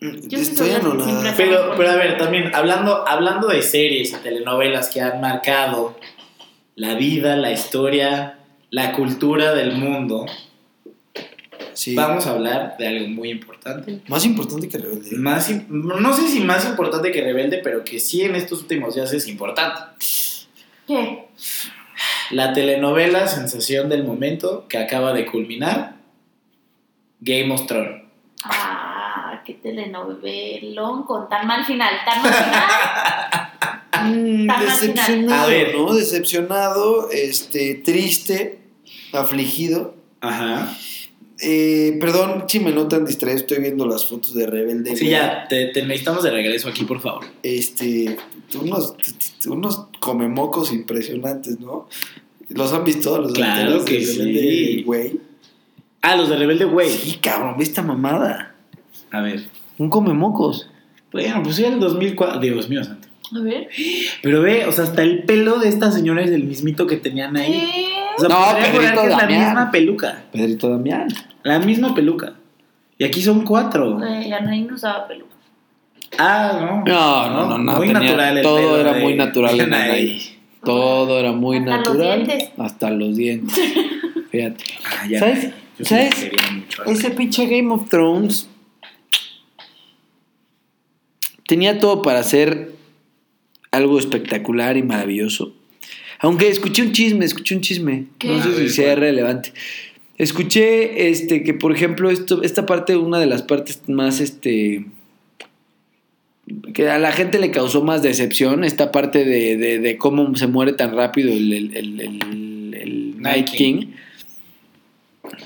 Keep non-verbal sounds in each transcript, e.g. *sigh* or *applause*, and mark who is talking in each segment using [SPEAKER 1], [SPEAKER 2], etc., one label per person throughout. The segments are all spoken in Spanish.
[SPEAKER 1] Yo sí
[SPEAKER 2] Mm, Estoy
[SPEAKER 1] soy
[SPEAKER 2] anulada.
[SPEAKER 1] siempre fan.
[SPEAKER 3] Pero, pero a ver, también, hablando, hablando de series y telenovelas que han marcado la vida, la historia, la cultura del mundo,
[SPEAKER 2] Sí.
[SPEAKER 3] vamos a hablar de algo muy importante.
[SPEAKER 2] Más importante que Rebelde.
[SPEAKER 3] Más, im- no sé si más importante que Rebelde, pero que sí en estos últimos días es importante.
[SPEAKER 1] ¿Qué?
[SPEAKER 3] La telenovela sensación del momento que acaba de culminar, Game of Thrones.
[SPEAKER 1] Ah, qué telenovelón con tan mal final, tan mal final.
[SPEAKER 2] Mm,
[SPEAKER 1] Tan al final.
[SPEAKER 2] decepcionado,
[SPEAKER 3] A ver.
[SPEAKER 2] ¿no? Decepcionado, este, triste, afligido.
[SPEAKER 3] Ajá.
[SPEAKER 2] Eh, perdón si me notan distraído, estoy viendo las fotos de Rebelde.
[SPEAKER 3] Sí,
[SPEAKER 2] güey.
[SPEAKER 3] ya, te, te necesitamos de regreso aquí, por favor.
[SPEAKER 2] Este, unos, unos comemocos impresionantes, ¿no? ¿Los han visto? Los
[SPEAKER 3] Claro
[SPEAKER 2] anteriores
[SPEAKER 3] que
[SPEAKER 2] de
[SPEAKER 3] sí.
[SPEAKER 2] Rebelde, güey.
[SPEAKER 3] Ah, los de Rebelde, güey.
[SPEAKER 2] Sí, cabrón, ve esta mamada.
[SPEAKER 3] A ver.
[SPEAKER 2] Un comemocos.
[SPEAKER 3] Bueno, pues era el 2004. Dios mío, santo.
[SPEAKER 1] A ver.
[SPEAKER 3] Pero ve, o sea, hasta el pelo de esta señora es el mismito que tenían ahí.
[SPEAKER 1] ¿Qué?
[SPEAKER 3] O sea,
[SPEAKER 2] No,
[SPEAKER 3] podría jurar
[SPEAKER 2] Pedrito
[SPEAKER 3] que es la
[SPEAKER 2] Damián.
[SPEAKER 3] misma peluca.
[SPEAKER 2] Pedrito Damián.
[SPEAKER 3] La misma peluca. Y aquí son cuatro.
[SPEAKER 1] Güey, la nariz no usaba peluca.
[SPEAKER 3] Ah, no.
[SPEAKER 4] No, no, no, no,
[SPEAKER 3] Muy
[SPEAKER 4] tenía-
[SPEAKER 3] natural el
[SPEAKER 4] todo
[SPEAKER 3] pelo
[SPEAKER 4] era
[SPEAKER 3] de-
[SPEAKER 4] muy natural en
[SPEAKER 3] Anaí.
[SPEAKER 4] Anaí. Todo era muy
[SPEAKER 1] Hasta los
[SPEAKER 4] natural.
[SPEAKER 1] dientes.
[SPEAKER 4] Hasta los
[SPEAKER 1] *laughs*
[SPEAKER 4] dientes. Fíjate.
[SPEAKER 3] Ah, ya.
[SPEAKER 4] ¿Sabes?
[SPEAKER 3] Yo sí
[SPEAKER 4] ¿Sabes?
[SPEAKER 3] la quería mucho.
[SPEAKER 4] Ese pinche Game of Thrones tenía todo para ser algo espectacular y maravilloso. Aunque escuché un chisme, escuché un chisme.
[SPEAKER 1] ¿Qué?
[SPEAKER 4] No
[SPEAKER 1] A
[SPEAKER 4] sé si
[SPEAKER 3] ver,
[SPEAKER 4] sea
[SPEAKER 3] ¿cuál?
[SPEAKER 4] relevante. Escuché este que por ejemplo esto esta parte una de las partes más este que a la gente le causó más decepción esta parte de, de- de cómo se muere tan rápido el, el- el- el- el Night
[SPEAKER 3] Night King.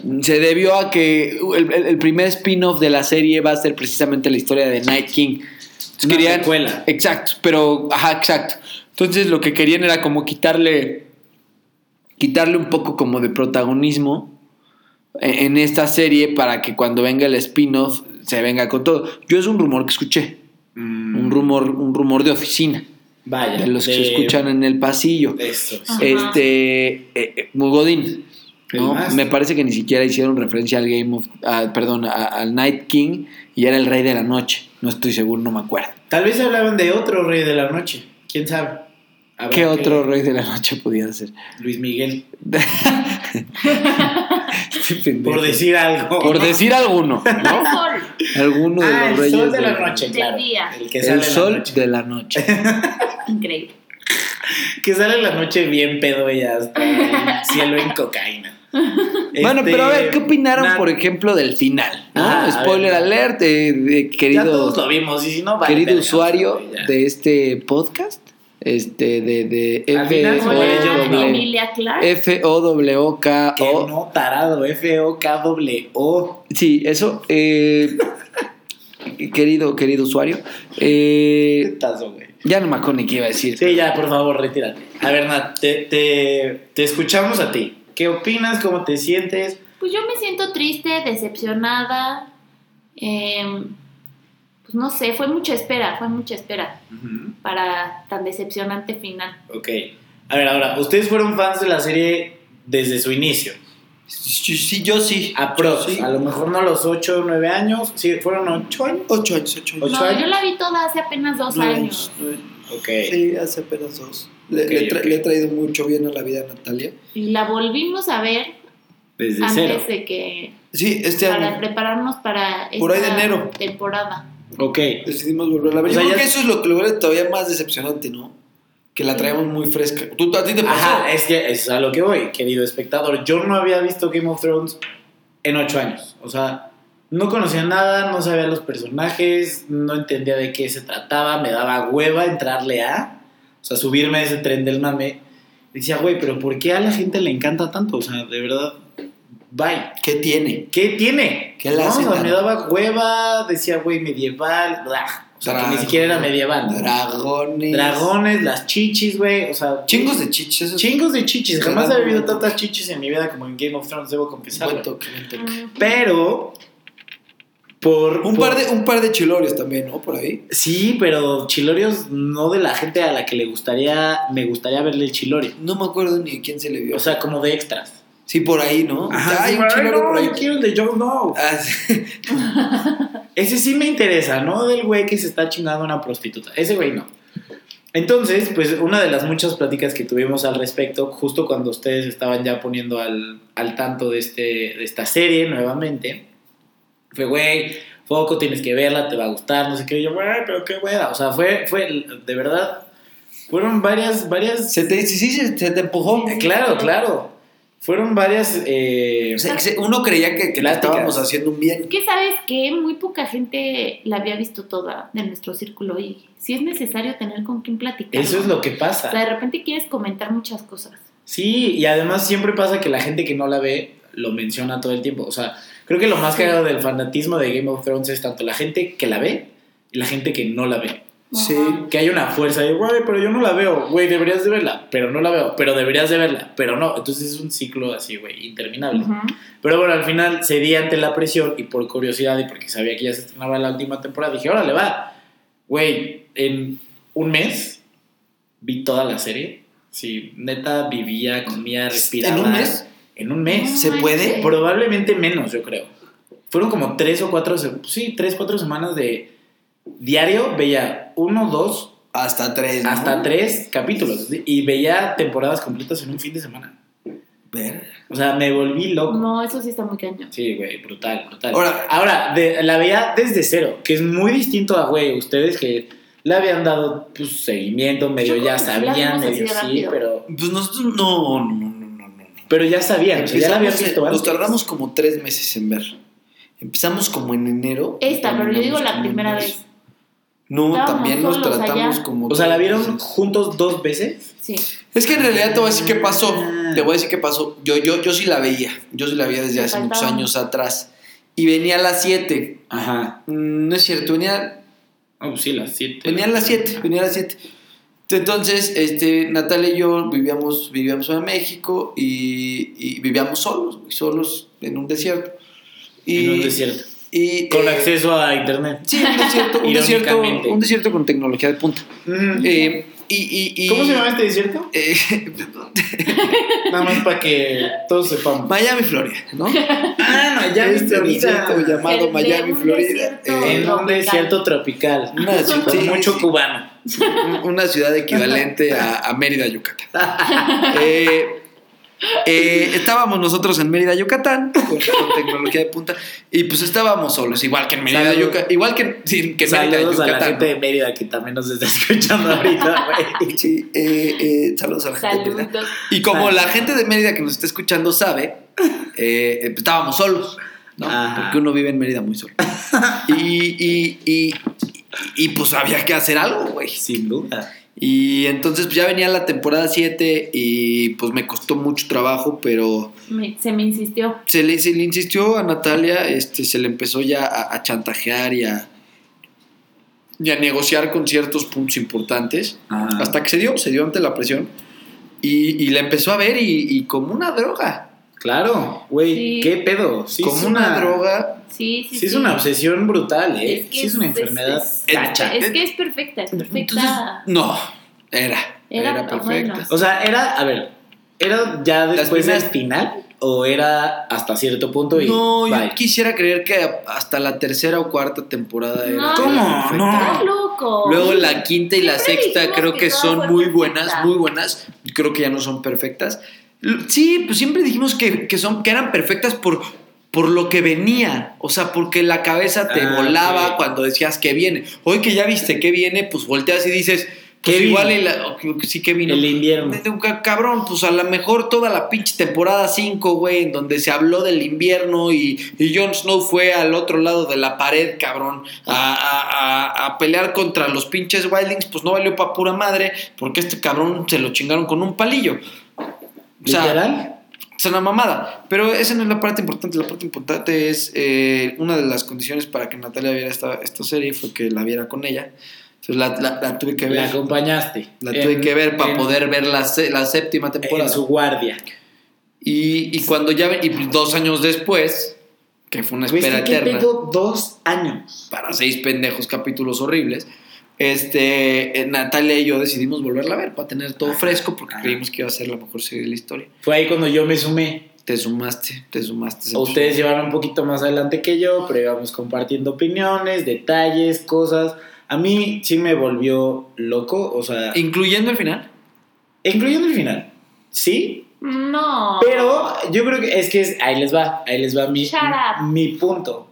[SPEAKER 4] King. Se debió a que el, el- el primer spin-off de la serie va a ser precisamente la historia de Night King. Entonces
[SPEAKER 3] Una
[SPEAKER 4] querían-
[SPEAKER 3] secuela.
[SPEAKER 4] Exacto, pero. Ajá, exacto. Entonces lo que querían era como quitarle. Quitarle un poco como de protagonismo e, en en esta serie para que cuando venga el spin-off se venga con todo. Yo es un rumor que escuché.
[SPEAKER 3] Mm,
[SPEAKER 4] Un rumor, un rumor de oficina.
[SPEAKER 3] Vaya.
[SPEAKER 4] De los que
[SPEAKER 3] de-
[SPEAKER 4] se escuchan en el pasillo.
[SPEAKER 3] Eso, sí.
[SPEAKER 1] Ajá.
[SPEAKER 4] Este. eh, eh, Mugodín.
[SPEAKER 3] El
[SPEAKER 4] ¿no?
[SPEAKER 3] más.
[SPEAKER 4] Me parece que ni siquiera hicieron referencia al Game of. ah, perdón, a- al Night King y era el Rey de la Noche. No estoy seguro, no me acuerdo.
[SPEAKER 3] Tal vez hablaban de otro rey de la noche. ¿Quién sabe? Habrá
[SPEAKER 4] ¿Qué
[SPEAKER 3] que-
[SPEAKER 4] otro Rey de la Noche pudiera ser? *laughs*
[SPEAKER 3] Luis Miguel.
[SPEAKER 4] Este pendejo.
[SPEAKER 3] Por decir algo.
[SPEAKER 4] Por decir alguno,
[SPEAKER 1] El
[SPEAKER 4] ¿no?
[SPEAKER 1] sol.
[SPEAKER 4] Alguno de los
[SPEAKER 3] Ah, el
[SPEAKER 4] reyes.
[SPEAKER 3] sol de la noche,
[SPEAKER 1] Del
[SPEAKER 3] claro.
[SPEAKER 1] día.
[SPEAKER 3] El que sale
[SPEAKER 4] El
[SPEAKER 3] en la
[SPEAKER 4] sol
[SPEAKER 3] noche.
[SPEAKER 4] de la noche.
[SPEAKER 3] *laughs*
[SPEAKER 1] Increíble.
[SPEAKER 3] Que sale en la noche bien pedo
[SPEAKER 1] *laughs*
[SPEAKER 3] y hasta el cielo en cocaína.
[SPEAKER 4] *laughs* Bueno,
[SPEAKER 3] Este,
[SPEAKER 4] pero a ver, ¿qué opinaron,
[SPEAKER 3] na-
[SPEAKER 4] por ejemplo, del final? ¿no?
[SPEAKER 3] Ah, a
[SPEAKER 4] Spoiler
[SPEAKER 3] ver.
[SPEAKER 4] alert, eh, de-
[SPEAKER 3] Ya todos
[SPEAKER 4] querido,
[SPEAKER 3] lo vimos, y si no, vale,
[SPEAKER 4] querido
[SPEAKER 3] verga,
[SPEAKER 4] usuario
[SPEAKER 3] ya.
[SPEAKER 4] de este podcast, este de, de
[SPEAKER 3] Al final
[SPEAKER 4] FOW,
[SPEAKER 3] Oye, muere Pues yo, Eh.
[SPEAKER 1] Hola,
[SPEAKER 3] doble.
[SPEAKER 1] Emilia Clark.
[SPEAKER 4] FOWKO.
[SPEAKER 3] Que no, tarado, F-O-K-W-O.
[SPEAKER 4] Sí, eso, eh, querido, querido usuario,
[SPEAKER 3] Qué
[SPEAKER 4] eh,
[SPEAKER 3] tazo, güey.
[SPEAKER 4] ya no me acuerdo ni qué iba a decir.
[SPEAKER 3] Sí, ya, por favor, retírate. A ver, Nat, te, te, te escuchamos a ti. ¿Qué opinas? ¿Cómo te sientes?
[SPEAKER 1] Pues yo me siento triste, decepcionada. eh, pues no sé, fue mucha espera, fue mucha espera para tan decepcionante final.
[SPEAKER 3] Ok. A ver, ahora, ustedes fueron fans de la serie desde su inicio.
[SPEAKER 2] Sí, sí, yo sí.
[SPEAKER 3] A pros,
[SPEAKER 2] Sí.
[SPEAKER 3] a lo mejor no a los 8 o 9 años. Sí, fueron 8 años.
[SPEAKER 2] Ocho años, ocho años.
[SPEAKER 3] ¿Ocho
[SPEAKER 1] No, yo
[SPEAKER 3] años?
[SPEAKER 1] la vi toda hace apenas dos
[SPEAKER 2] Nueve
[SPEAKER 1] años.
[SPEAKER 2] nueve.
[SPEAKER 3] Ok.
[SPEAKER 2] Sí, hace apenas dos. Le,
[SPEAKER 3] Ok,
[SPEAKER 2] le tra-
[SPEAKER 3] ok.
[SPEAKER 2] le he traído mucho bien a la vida a Natalia.
[SPEAKER 1] Y la volvimos a ver
[SPEAKER 3] Desde
[SPEAKER 1] antes
[SPEAKER 3] cero.
[SPEAKER 1] de que.
[SPEAKER 2] Sí, este
[SPEAKER 1] para
[SPEAKER 2] año
[SPEAKER 1] prepararnos para esta
[SPEAKER 2] Por ahí de enero.
[SPEAKER 1] temporada.
[SPEAKER 3] Ok.
[SPEAKER 2] decidimos volverla a ver.
[SPEAKER 3] O
[SPEAKER 2] Yo
[SPEAKER 3] sea,
[SPEAKER 2] creo
[SPEAKER 3] ya-
[SPEAKER 2] que eso es lo que lo vuelve todavía más decepcionante, ¿no? Que la traemos muy fresca. ¿Tú, ¿A ti te pasó? *laughs*
[SPEAKER 3] Ajá, eh. es que es a lo que voy, querido espectador. Yo no había visto Game of Thrones en 8 años. O sea, no conocía nada, no sabía los personajes, no entendía de qué se trataba, me daba hueva entrarle a. O sea, subirme a ese tren del mame. Decía, güey, pero ¿por qué a la gente le encanta tanto? O sea, de verdad, bye.
[SPEAKER 2] ¿Qué tiene?
[SPEAKER 3] ¿Qué tiene?
[SPEAKER 2] ¿Qué la
[SPEAKER 3] No,
[SPEAKER 2] hace
[SPEAKER 3] o sea,
[SPEAKER 2] tan-
[SPEAKER 3] me daba hueva, decía, güey, medieval, blah. O sea, que ni
[SPEAKER 2] Dragón.
[SPEAKER 3] siquiera era medieval. ¿no?
[SPEAKER 2] Dragones.
[SPEAKER 3] Dragones, las chichis, güey, o sea...
[SPEAKER 2] Chingos de chiches.
[SPEAKER 3] Chingos de chichis.
[SPEAKER 2] Claro.
[SPEAKER 3] Jamás he bebido tantas chichis en mi vida como en Game of Thrones, debo
[SPEAKER 2] Buen
[SPEAKER 3] confesarlo.
[SPEAKER 2] toque, buen toque.
[SPEAKER 1] Ah,
[SPEAKER 3] Pero... Por...
[SPEAKER 2] Un
[SPEAKER 3] por-
[SPEAKER 2] par, de, un par de chilorios también, ¿no? Por ahí.
[SPEAKER 3] Sí, pero chilorios no de la gente a la que le gustaría... Me gustaría verle el chilorio.
[SPEAKER 2] No me acuerdo ni a quién se le vio.
[SPEAKER 3] O sea, como de extras.
[SPEAKER 2] sí, por ahí, ¿no?
[SPEAKER 3] Ajá,
[SPEAKER 2] Hay
[SPEAKER 3] sí,
[SPEAKER 2] un
[SPEAKER 3] ay,
[SPEAKER 2] chilorio
[SPEAKER 3] no,
[SPEAKER 2] por ahí.
[SPEAKER 3] yo quiero el de Jon Snow.
[SPEAKER 2] Ah, sí.
[SPEAKER 3] Ese sí me interesa, ¿no? Del güey que se está chingando a una prostituta. Ese güey no. Entonces, pues una de las muchas pláticas que tuvimos al respecto, justo cuando ustedes estaban ya poniendo al, al tanto de, este, de esta serie nuevamente, fue, güey, foco, tienes que verla, te va a gustar, no sé qué. Y yo, güey, pero qué hueva. O sea, fue, fue, de verdad, fueron varias, varias...
[SPEAKER 4] Se te, sí, sí, se, se te empujó.
[SPEAKER 1] Sí.
[SPEAKER 3] Claro, claro. Fueron varias... eh,
[SPEAKER 4] O sea, que se- uno creía que, que la
[SPEAKER 3] Pláticas.
[SPEAKER 4] estábamos haciendo un bien.
[SPEAKER 1] Es que sabes que muy poca gente la había visto toda de nuestro círculo y sí es necesario tener con quién platicar.
[SPEAKER 3] eso es lo que
[SPEAKER 1] O
[SPEAKER 3] pasa.
[SPEAKER 1] sea, de repente quieres comentar muchas cosas.
[SPEAKER 3] Sí, y además siempre pasa que la gente que no la ve lo menciona todo el tiempo. O sea, creo que lo más cagado del fanatismo de Game of Thrones es tanto la gente que la ve y la gente que no la ve.
[SPEAKER 5] Sí.
[SPEAKER 1] Ajá.
[SPEAKER 3] Que hay una fuerza de, güey, pero yo no la veo, güey, deberías de verla, pero no la veo, pero deberías de verla, pero no. Entonces es un ciclo así, güey, interminable.
[SPEAKER 1] Ujú.
[SPEAKER 3] Pero bueno, al final cedí ante la presión y por curiosidad y porque sabía que ya se estrenaba la última temporada, dije, órale, va. Güey, en un mes vi toda la serie. Sí, neta, vivía, comía, respiraba.
[SPEAKER 4] ¿En un mes? Ah.
[SPEAKER 3] En un mes.
[SPEAKER 4] ¿Se puede?
[SPEAKER 3] Probablemente menos, yo creo. Fueron como tres o cuatro, se- sí, tres, cuatro semanas de diario, veía uno, dos,
[SPEAKER 4] Hasta tres. ¿no?
[SPEAKER 3] hasta tres capítulos. Y veía temporadas completas en un fin de semana.
[SPEAKER 4] Ver.
[SPEAKER 3] O sea, me volví loco.
[SPEAKER 1] No, eso sí está muy cañón.
[SPEAKER 3] Sí, güey, brutal, brutal.
[SPEAKER 4] Ahora-
[SPEAKER 3] Ahora, de- la veía desde cero, que es muy distinto a, güey, ustedes que le habían dado pues, seguimiento,
[SPEAKER 1] Yo
[SPEAKER 3] medio
[SPEAKER 1] creo
[SPEAKER 3] ya
[SPEAKER 1] que sí la
[SPEAKER 3] sabían,
[SPEAKER 1] vimos así
[SPEAKER 3] medio
[SPEAKER 1] de
[SPEAKER 3] sí,
[SPEAKER 1] rápido.
[SPEAKER 3] pero,
[SPEAKER 4] Pues nosotros no, no, no, no, no. no.
[SPEAKER 3] pero ya sabían, o
[SPEAKER 4] pues
[SPEAKER 3] sea, ya la habían
[SPEAKER 4] Empezamos en-
[SPEAKER 3] visto antes.
[SPEAKER 4] Nos tardamos como tres meses en ver. Empezamos como en enero. y
[SPEAKER 1] Esta, pero yo
[SPEAKER 4] terminamos
[SPEAKER 1] digo la
[SPEAKER 4] como en
[SPEAKER 1] primera
[SPEAKER 4] marzo.
[SPEAKER 1] vez.
[SPEAKER 4] No,
[SPEAKER 1] Estábamos
[SPEAKER 4] también nos
[SPEAKER 1] solos
[SPEAKER 4] tratamos
[SPEAKER 1] allá.
[SPEAKER 4] como.
[SPEAKER 3] O sea, ¿la
[SPEAKER 4] tres
[SPEAKER 3] vieron
[SPEAKER 4] meses.
[SPEAKER 3] juntos dos veces?
[SPEAKER 1] Sí.
[SPEAKER 4] Es que en realidad te voy a decir qué pasó. Te voy a decir qué pasó. Yo, yo, yo sí la veía. Yo sí la veía desde
[SPEAKER 1] Ah. Te
[SPEAKER 4] hace muchos
[SPEAKER 1] faltaba.
[SPEAKER 4] años atrás. Y venía a las 7.
[SPEAKER 3] Ajá.
[SPEAKER 4] No es cierto, venía
[SPEAKER 3] Oh, sí, las siete.
[SPEAKER 4] Venía a las 7, venía a las 7. Entonces, este, Natalia y yo vivíamos, vivíamos en México y, y vivíamos solos, güey, solos en un desierto. Y,
[SPEAKER 3] En un desierto.
[SPEAKER 4] y,
[SPEAKER 3] Con
[SPEAKER 4] eh,
[SPEAKER 3] acceso a internet.
[SPEAKER 4] Sí, un desierto, un, desierto,
[SPEAKER 3] Irónicamente.
[SPEAKER 4] un desierto con tecnología de punta.
[SPEAKER 3] Ujú.
[SPEAKER 4] Eh, y, y- y-
[SPEAKER 3] ¿Cómo se llama este desierto?
[SPEAKER 4] *laughs* eh,
[SPEAKER 3] Nada más para que todos sepamos.
[SPEAKER 4] Miami, Florida, ¿no?
[SPEAKER 3] *laughs* Ah, no,
[SPEAKER 4] este desierto llamado
[SPEAKER 1] El de
[SPEAKER 4] Miami,
[SPEAKER 1] un
[SPEAKER 4] Florida.
[SPEAKER 1] desierto.
[SPEAKER 4] eh,
[SPEAKER 3] En un desierto tropical.
[SPEAKER 4] una, ciudad-
[SPEAKER 3] Con
[SPEAKER 4] sí,
[SPEAKER 3] mucho
[SPEAKER 4] sí,
[SPEAKER 3] cubano.
[SPEAKER 4] una ciudad equivalente a, a Mérida, Yucatán. Eh, eh, estábamos nosotros en Mérida, Yucatán, con, con tecnología de punta, y pues estábamos solos, igual que en Mérida,
[SPEAKER 3] Saludos.
[SPEAKER 4] Yucatán, igual que, sí, que en Mérida,
[SPEAKER 3] Saludos a la
[SPEAKER 4] Yucatán.
[SPEAKER 3] gente de Mérida que también nos está *laughs* escuchando ahorita, güey.
[SPEAKER 4] Sí, eh, eh, saludos a la gente de Mérida.
[SPEAKER 1] Saludos.
[SPEAKER 4] Y como
[SPEAKER 3] Saludos.
[SPEAKER 4] la gente de Mérida que nos está escuchando sabe, eh, eh, estábamos solos, ¿no?
[SPEAKER 3] Ajá.
[SPEAKER 4] Porque uno vive en Mérida muy
[SPEAKER 3] *laughs*
[SPEAKER 4] solo. Y, y, y, y pues había que hacer algo, güey.
[SPEAKER 3] *laughs* Sin duda.
[SPEAKER 4] Y entonces pues, ya venía la temporada 7 y pues me costó mucho trabajo, pero
[SPEAKER 1] Me- se me insistió.
[SPEAKER 4] se le, se le insistió a Natalia, este, se le empezó ya a, a chantajear y a, y a negociar con ciertos puntos importantes,
[SPEAKER 3] Ah,
[SPEAKER 4] hasta que se dio, se dio ante la presión y, y la empezó a ver y, y como una droga,
[SPEAKER 3] Claro, güey,
[SPEAKER 1] Sí.
[SPEAKER 3] qué pedo. Sí,
[SPEAKER 4] como
[SPEAKER 3] es
[SPEAKER 4] una, droga.
[SPEAKER 1] Sí, sí.
[SPEAKER 3] Sí, es una obsesión brutal, ¿eh? sí, es una enfermedad.
[SPEAKER 1] Es,
[SPEAKER 4] gacha.
[SPEAKER 1] es que es perfecta, es
[SPEAKER 4] Entonces,
[SPEAKER 1] perfecta.
[SPEAKER 4] no, era, era,
[SPEAKER 1] Era pues,
[SPEAKER 4] perfecta.
[SPEAKER 1] buena.
[SPEAKER 3] O sea, era, a ver, ¿era ya después del
[SPEAKER 4] primeras-
[SPEAKER 3] final o era hasta cierto punto y
[SPEAKER 4] No, yo
[SPEAKER 3] bye?
[SPEAKER 4] quisiera creer que hasta la tercera o cuarta temporada era.
[SPEAKER 1] No.
[SPEAKER 3] ¿Cómo?
[SPEAKER 4] perfecta.
[SPEAKER 3] Ah, No.
[SPEAKER 1] Estás loco.
[SPEAKER 4] Luego la quinta y la
[SPEAKER 1] Siempre
[SPEAKER 4] sexta
[SPEAKER 1] dijimos
[SPEAKER 4] creo
[SPEAKER 1] que
[SPEAKER 4] que
[SPEAKER 1] todas
[SPEAKER 4] son
[SPEAKER 1] fueron
[SPEAKER 4] muy buenas,
[SPEAKER 1] perfectas.
[SPEAKER 4] muy buenas. Creo que ya no son perfectas. L- Sí, pues siempre dijimos que, que son, que eran perfectas por, por lo que venía. O sea, porque la cabeza te
[SPEAKER 3] Ah,
[SPEAKER 4] volaba
[SPEAKER 3] ok.
[SPEAKER 4] cuando decías que viene. Hoy que ya viste que viene, pues volteas y dices, pues
[SPEAKER 3] ¿Qué
[SPEAKER 4] igual
[SPEAKER 3] vino?
[SPEAKER 4] y la- o- sí que vino.
[SPEAKER 3] El invierno.
[SPEAKER 4] Ca- Cabrón, pues a lo mejor toda la pinche temporada 5, güey, en donde se habló del invierno y, y Jon Snow fue al otro lado de la pared, cabrón, a, a- a- a pelear contra los pinches Wildings, pues no valió pa' pura madre, porque este cabrón se lo chingaron con un palillo. O sea,
[SPEAKER 3] ¿Literal?
[SPEAKER 4] es una mamada. Pero esa no es la parte importante. La parte importante es eh, una de las condiciones para que Natalia viera esta, esta serie fue que la viera con ella. Entonces la, la- la tuve que ver.
[SPEAKER 3] La acompañaste.
[SPEAKER 4] La tuve que ver para
[SPEAKER 3] en-
[SPEAKER 4] poder ver la, se- la séptima temporada.
[SPEAKER 3] En su guardia.
[SPEAKER 4] Y, y cuando ya ve- y dos años después, que fue una espera
[SPEAKER 3] ¿Viste que
[SPEAKER 4] eterna
[SPEAKER 3] pedo dos años?
[SPEAKER 4] para seis pendejos capítulos horribles, este eh, Natalia y yo decidimos volverla a ver para tener todo
[SPEAKER 3] Ajá,
[SPEAKER 4] fresco porque
[SPEAKER 3] ajá.
[SPEAKER 4] creímos que iba a ser la mejor serie de la historia.
[SPEAKER 3] Fue ahí cuando yo me sumé.
[SPEAKER 4] Te sumaste, te sumaste.
[SPEAKER 3] O Ustedes llevaron un poquito más adelante que yo, pero íbamos compartiendo opiniones, detalles, cosas. A mí sí me volvió loco, o sea,
[SPEAKER 4] Incluyendo el final.
[SPEAKER 3] incluyendo el final. Sí,
[SPEAKER 1] No.
[SPEAKER 3] Pero yo creo que es que es- ahí les va, ahí les va mi,
[SPEAKER 1] Shut up.
[SPEAKER 3] mi punto.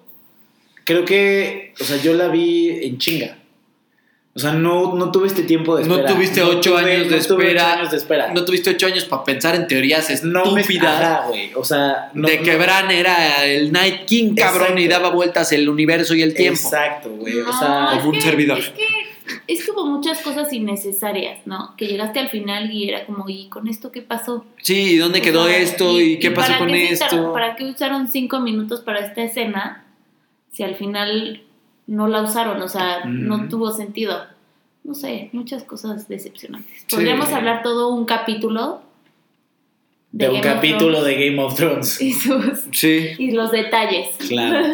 [SPEAKER 3] Creo que, o sea, yo la vi en chinga. O sea, no, no tuve este tiempo de
[SPEAKER 4] No
[SPEAKER 3] espera.
[SPEAKER 4] tuviste ocho
[SPEAKER 3] tuve-
[SPEAKER 4] años de
[SPEAKER 3] no tuve
[SPEAKER 4] espera.
[SPEAKER 3] ocho años de espera.
[SPEAKER 4] No tuviste ocho años para pensar en teorías
[SPEAKER 3] No me-
[SPEAKER 4] estúpidas.
[SPEAKER 3] ajá, güey. O sea, no-
[SPEAKER 4] de que
[SPEAKER 3] no-
[SPEAKER 4] Bran era el Night King, cabrón,
[SPEAKER 3] Exacto.
[SPEAKER 4] y daba vueltas el universo y el tiempo.
[SPEAKER 3] Exacto, güey.
[SPEAKER 1] No,
[SPEAKER 3] O sea,
[SPEAKER 1] es
[SPEAKER 4] como un
[SPEAKER 1] que-
[SPEAKER 4] servidor.
[SPEAKER 1] Es que, es que hubo muchas cosas innecesarias, ¿no? Que llegaste al final y era como, ¿y con esto qué pasó?
[SPEAKER 4] Sí, ¿y dónde quedó
[SPEAKER 1] O sea,
[SPEAKER 4] esto? ¿Y, qué pasó
[SPEAKER 1] para
[SPEAKER 4] con
[SPEAKER 1] qué se
[SPEAKER 4] esto?
[SPEAKER 1] tar- ¿Para qué usaron cinco minutos para esta escena si al final no la usaron? O sea, no
[SPEAKER 3] Ujú.
[SPEAKER 1] tuvo sentido. No sé, muchas cosas decepcionantes.
[SPEAKER 4] Sí.
[SPEAKER 1] Podríamos hablar todo un capítulo
[SPEAKER 3] de un
[SPEAKER 1] Game of
[SPEAKER 3] capítulo
[SPEAKER 1] Thrones
[SPEAKER 3] de Game of Thrones.
[SPEAKER 1] y, sus,
[SPEAKER 4] Sí.
[SPEAKER 1] y los detalles.
[SPEAKER 4] *laughs*
[SPEAKER 3] Claro.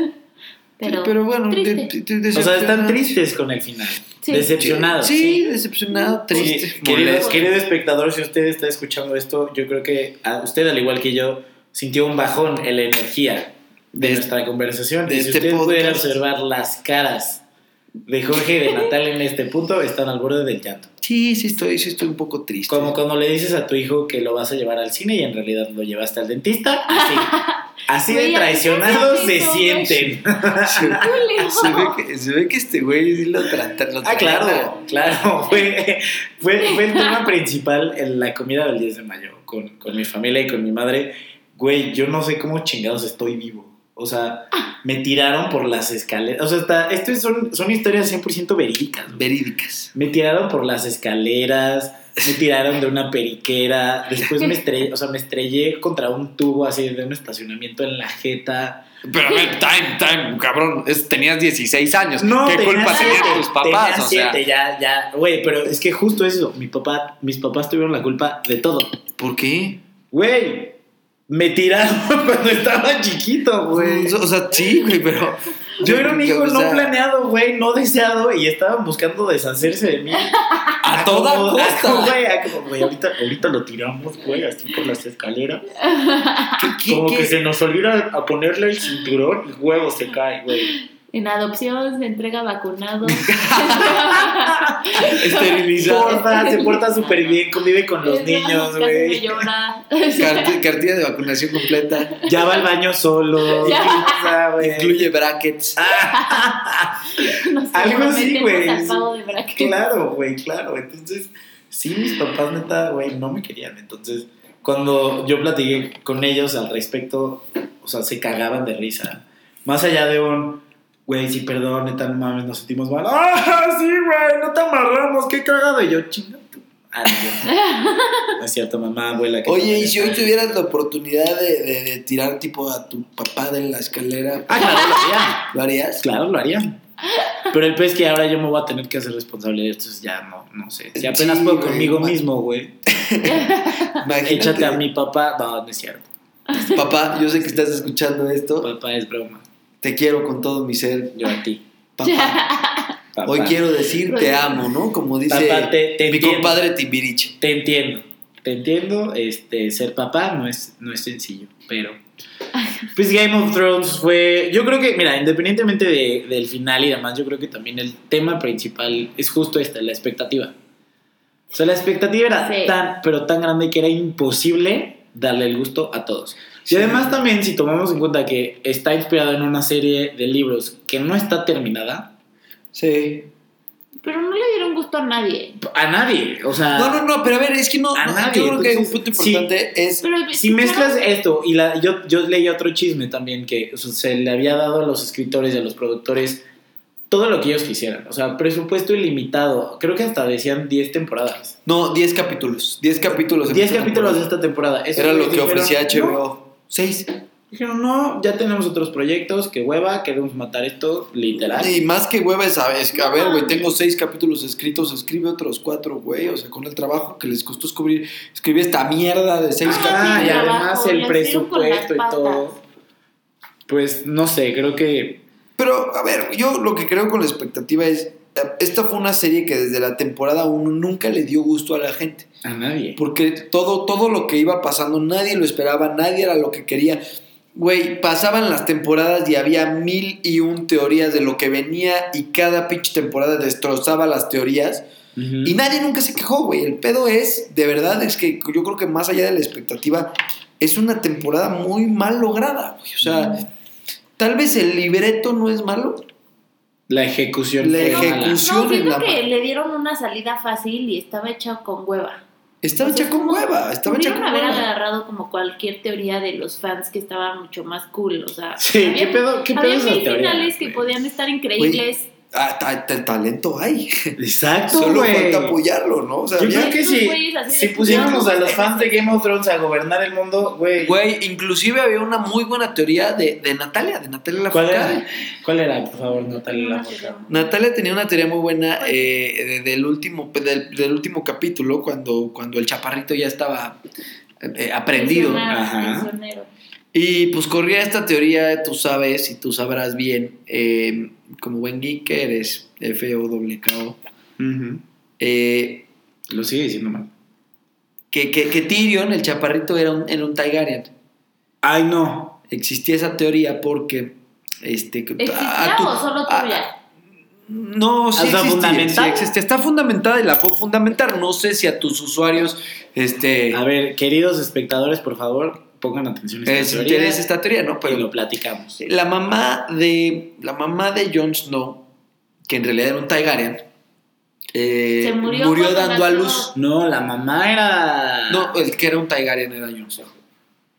[SPEAKER 1] Pero,
[SPEAKER 4] Pero, bueno,
[SPEAKER 1] triste.
[SPEAKER 4] de- de-
[SPEAKER 3] O sea,
[SPEAKER 4] decepcionado.
[SPEAKER 3] están tristes con el final.
[SPEAKER 1] Sí.
[SPEAKER 3] Decepcionados.
[SPEAKER 4] Sí, decepcionado,
[SPEAKER 3] Sí,
[SPEAKER 4] triste.
[SPEAKER 3] querido,
[SPEAKER 4] molesto.
[SPEAKER 3] querido espectador, si usted está escuchando esto, yo creo que a usted, al igual que yo, sintió un bajón en la energía de,
[SPEAKER 4] De-
[SPEAKER 3] nuestra conversación.
[SPEAKER 4] de
[SPEAKER 3] y si
[SPEAKER 4] este
[SPEAKER 3] usted pudiera
[SPEAKER 4] podcast.
[SPEAKER 3] observar las caras de Jorge y de Natal en este punto, están al borde del llanto.
[SPEAKER 4] Sí, sí estoy, sí estoy un poco triste.
[SPEAKER 3] Como cuando le dices a tu hijo que lo vas a llevar al cine y en realidad lo llevaste al dentista, así,
[SPEAKER 4] *laughs*
[SPEAKER 3] así de
[SPEAKER 1] Güey,
[SPEAKER 3] traicionados
[SPEAKER 1] ¿a
[SPEAKER 3] se
[SPEAKER 1] qué se siente,
[SPEAKER 3] sienten.
[SPEAKER 4] *laughs* se, ve-
[SPEAKER 1] Julio.
[SPEAKER 4] se ve que, se ve que este güey sí lo trata. lo
[SPEAKER 3] Ah,
[SPEAKER 4] trata.
[SPEAKER 3] claro, claro. *laughs* Fue, fue, fue el tema principal en la comida del 10 de mayo con, con mi familia y con mi madre. Güey, yo no sé cómo chingados estoy vivo. O sea, me tiraron por las escaleras. O sea, está, esto es- son, son historias 100% verídicas. güey.
[SPEAKER 4] Verídicas.
[SPEAKER 3] Me tiraron por las escaleras, me tiraron de una periquera, después me estrellé, o sea, me estrellé contra un tubo así de un estacionamiento en la jeta.
[SPEAKER 4] Pero a ver, time, time, cabrón. es- tenías 16 años. ¿Qué
[SPEAKER 3] tenía
[SPEAKER 4] culpa
[SPEAKER 3] siete,
[SPEAKER 4] tenían tus papás?
[SPEAKER 3] tenía
[SPEAKER 4] O sea,
[SPEAKER 3] siete, ya, ya. Güey, pero es que justo eso, mi papá, mis papás tuvieron la culpa de todo.
[SPEAKER 4] ¿por qué?
[SPEAKER 3] Güey, me tiraron *laughs* cuando estaba chiquito, güey.
[SPEAKER 4] O sea, sí, güey, pero.
[SPEAKER 3] Yo era un hijo
[SPEAKER 4] o sea,
[SPEAKER 3] no planeado, güey, no deseado y estaban buscando deshacerse de mí.
[SPEAKER 4] *laughs* A toda
[SPEAKER 3] Como- a
[SPEAKER 4] costa.
[SPEAKER 3] como, Güey, a como, güey, ahorita, ahorita lo tiramos, güey, así por las escaleras.
[SPEAKER 4] *laughs* ¿Qué- qué-
[SPEAKER 3] Como
[SPEAKER 4] qué?
[SPEAKER 3] que se nos olvida a ponerle el cinturón y huevo se cae, güey.
[SPEAKER 1] En adopción se entrega
[SPEAKER 3] *laughs*
[SPEAKER 1] vacunado.
[SPEAKER 4] Esterilizado.
[SPEAKER 3] Porfa, se porta súper bien, convive con los
[SPEAKER 1] Es de
[SPEAKER 3] niños,
[SPEAKER 1] casi me
[SPEAKER 3] güey. *laughs*
[SPEAKER 1] llora. *laughs*
[SPEAKER 4] Carti- cartilla de vacunación completa.
[SPEAKER 3] Ya va al baño
[SPEAKER 1] *laughs*
[SPEAKER 3] solo.
[SPEAKER 1] Ya.
[SPEAKER 3] o sea, güey.
[SPEAKER 4] Incluye brackets.
[SPEAKER 3] Ah,
[SPEAKER 1] Nos
[SPEAKER 3] Algo así,
[SPEAKER 1] comprometemos
[SPEAKER 3] güey.
[SPEAKER 1] al pavo de bracket.
[SPEAKER 3] Claro, güey, claro. Entonces, sí, mis papás, neta, güey, no me querían. Entonces, cuando yo platiqué con ellos al respecto, o sea, se cagaban de risa. Más allá de un, güey, sí, perdón, neta, no mames, nos sentimos mal. ¡Ah, sí, güey! ¡No te amarramos! ¡Qué cagado! Y yo, chingado. Ah,
[SPEAKER 1] *laughs*
[SPEAKER 3] no, no es cierto, mamá, abuela. que
[SPEAKER 4] Oye,
[SPEAKER 3] te
[SPEAKER 4] y si
[SPEAKER 3] molesta.
[SPEAKER 4] hoy tuvieras la oportunidad de, de- de tirar tipo a tu papá de la escalera,
[SPEAKER 3] Ah, claro, lo haría.
[SPEAKER 4] ¿lo harías?
[SPEAKER 3] Claro, lo haría. Pero el pez que ahora yo me voy a tener que hacer responsable de esto, es ya no, no sé. Si apenas
[SPEAKER 4] Sí,
[SPEAKER 3] puedo
[SPEAKER 4] güey,
[SPEAKER 3] conmigo
[SPEAKER 4] ma-
[SPEAKER 3] mismo, güey.
[SPEAKER 4] Imagínate,
[SPEAKER 3] Échate a mi papá. No, no es cierto.
[SPEAKER 4] Papá, yo sé que estás escuchando esto.
[SPEAKER 3] Papá es broma.
[SPEAKER 4] Te quiero con todo mi ser.
[SPEAKER 3] Yo a ti.
[SPEAKER 4] Papá,
[SPEAKER 3] Papá.
[SPEAKER 4] hoy quiero decir te amo, ¿no? Como dice
[SPEAKER 3] Papá, te, te
[SPEAKER 4] mi
[SPEAKER 3] entiendo.
[SPEAKER 4] compadre Timbiriche.
[SPEAKER 3] Te entiendo. Te entiendo. Este, ser papá no es, no es sencillo, pero. Pues Game of Thrones fue. Yo creo que, mira, independientemente de- del final y demás, yo creo que también el tema principal es justo esta, la expectativa. O sea, la expectativa era
[SPEAKER 1] Sí.
[SPEAKER 3] tan, pero tan grande que era imposible darle el gusto a todos. Y además también, si tomamos en cuenta que está inspirado en una serie de libros que no está terminada,
[SPEAKER 4] Sí.
[SPEAKER 3] ah.
[SPEAKER 1] Pero no le dieron gusto a nadie.
[SPEAKER 3] a nadie, o sea...
[SPEAKER 4] No, no, no, pero a ver, es que no,
[SPEAKER 3] A
[SPEAKER 4] no,
[SPEAKER 3] nadie,
[SPEAKER 4] yo creo que hay un
[SPEAKER 3] Ah, entonces,
[SPEAKER 4] punto
[SPEAKER 3] sí.
[SPEAKER 4] importante es
[SPEAKER 1] Pero, *laughs*
[SPEAKER 3] Si mezclas esto y la, yo, yo leí otro chisme también que o sea, se le había dado a los escritores y a los productores todo lo que ellos quisieran. O sea, presupuesto ilimitado. Creo que hasta decían 10 temporadas.
[SPEAKER 4] no, 10 capítulos, 10 capítulos en
[SPEAKER 3] 10
[SPEAKER 4] esta
[SPEAKER 3] capítulos de
[SPEAKER 4] temporada.
[SPEAKER 3] esta temporada. Eso
[SPEAKER 4] Era lo
[SPEAKER 3] ellos
[SPEAKER 4] que
[SPEAKER 3] dijeron,
[SPEAKER 4] ofrecía
[SPEAKER 3] "No".
[SPEAKER 4] HBO. 6.
[SPEAKER 3] Dijeron, no, ya tenemos otros proyectos, que hueva, queremos matar esto, literal. Ah,
[SPEAKER 4] Y más que hueva es, a es que, a ver, güey, tengo seis capítulos escritos, escribe otros cuatro, güey, o sea, con el trabajo que les costó escribir, escribir esta mierda de seis
[SPEAKER 1] Ah,
[SPEAKER 3] Ah,
[SPEAKER 4] capítulos.
[SPEAKER 3] y
[SPEAKER 1] trabajo,
[SPEAKER 3] además el
[SPEAKER 1] lo hicieron con las
[SPEAKER 3] presupuesto y
[SPEAKER 1] patas.
[SPEAKER 3] todo. Pues no sé, creo que.
[SPEAKER 4] Pero, a ver, yo lo que creo con la expectativa es. Esta fue una serie que desde la temporada 1 nunca le dio gusto a la gente.
[SPEAKER 3] A nadie.
[SPEAKER 4] Porque todo, todo lo que iba pasando, nadie lo esperaba, nadie era lo que quería. Güey, pasaban las temporadas y había mil y un teorías de lo que venía y cada pinche temporada destrozaba las teorías.
[SPEAKER 3] Ujú.
[SPEAKER 4] Y nadie nunca se quejó, güey. El pedo es, de verdad, es que yo creo que más allá de la expectativa, es una temporada muy mal lograda, güey. O sea, tal vez el libreto no es malo.
[SPEAKER 3] La ejecución.
[SPEAKER 4] La
[SPEAKER 3] fue mala.
[SPEAKER 4] ejecución.
[SPEAKER 1] No,
[SPEAKER 4] en la
[SPEAKER 1] siento que le dieron una salida fácil y estaba hecha con hueva.
[SPEAKER 4] Estaba
[SPEAKER 1] O sea,
[SPEAKER 4] hecha con
[SPEAKER 1] como-
[SPEAKER 4] hueva, estaba hecha
[SPEAKER 1] Pudieron
[SPEAKER 4] con
[SPEAKER 1] haber
[SPEAKER 4] hueva.
[SPEAKER 1] agarrado como cualquier teoría de los fans que estaba mucho más cool, o sea.
[SPEAKER 3] Sí,
[SPEAKER 1] había-
[SPEAKER 3] ¿qué pedo, qué pedo
[SPEAKER 1] Había
[SPEAKER 3] es la
[SPEAKER 1] mil
[SPEAKER 3] teoría?
[SPEAKER 1] finales que podían estar increíbles.
[SPEAKER 4] Ah, ta- ta- talento hay.
[SPEAKER 3] Exacto,
[SPEAKER 4] *laughs* Solo
[SPEAKER 3] güey.
[SPEAKER 4] falta apoyarlo, ¿no? O sea,
[SPEAKER 3] Yo
[SPEAKER 4] había-
[SPEAKER 3] creo que
[SPEAKER 1] Esos
[SPEAKER 3] si,
[SPEAKER 1] güeyes así
[SPEAKER 3] si
[SPEAKER 1] de- pues,
[SPEAKER 3] pusiéramos a los fans de Game of Thrones a gobernar el mundo, güey.
[SPEAKER 4] Güey, inclusive había una muy buena teoría de, de Natalia, de Natalia
[SPEAKER 3] ¿Cuál
[SPEAKER 4] Lafourcade.
[SPEAKER 3] era? ¿Cuál era, por favor, Natalia
[SPEAKER 1] No,
[SPEAKER 3] la
[SPEAKER 4] Natalia tenía una teoría muy buena eh, de- del, último, del, del último capítulo, cuando, cuando el chaparrito ya estaba eh, aprendido.
[SPEAKER 1] Prisionero,
[SPEAKER 3] Ajá.
[SPEAKER 1] prisionero.
[SPEAKER 4] Y pues corría esta teoría, tú sabes y tú sabrás bien, eh, como buen geek que eres, F-O-W-K-O, eh,
[SPEAKER 3] Lo sigue diciendo mal.
[SPEAKER 4] que, que, que Tyrion, el chaparrito, era un, era un Targaryen.
[SPEAKER 3] Ay, no.
[SPEAKER 4] Existía esa teoría porque... Este, que-
[SPEAKER 1] ¿Existía
[SPEAKER 4] ah, tú-
[SPEAKER 1] o solo
[SPEAKER 4] ah,
[SPEAKER 1] tuya?
[SPEAKER 4] No, sí
[SPEAKER 3] O sea,
[SPEAKER 4] existe,
[SPEAKER 3] ¿fundamental?
[SPEAKER 4] sí existe. Está fundamentada y la puedo fundamentar. No sé si a tus usuarios este,
[SPEAKER 3] A ver, queridos espectadores, por favor, pongan atención a
[SPEAKER 4] eh,
[SPEAKER 3] esta
[SPEAKER 4] les
[SPEAKER 3] teoría
[SPEAKER 4] interesa esta teoría, ¿no?
[SPEAKER 3] y lo
[SPEAKER 4] Pero
[SPEAKER 3] platicamos.
[SPEAKER 4] la mamá de la mamá de Jon Snow, que en realidad era un Targaryen, eh,
[SPEAKER 1] Se murió
[SPEAKER 4] murió,
[SPEAKER 1] cuando
[SPEAKER 4] dando a
[SPEAKER 1] nació.
[SPEAKER 4] luz.
[SPEAKER 3] No, la mamá era...
[SPEAKER 4] No, eh, el que era un Targaryen era Jon Snow.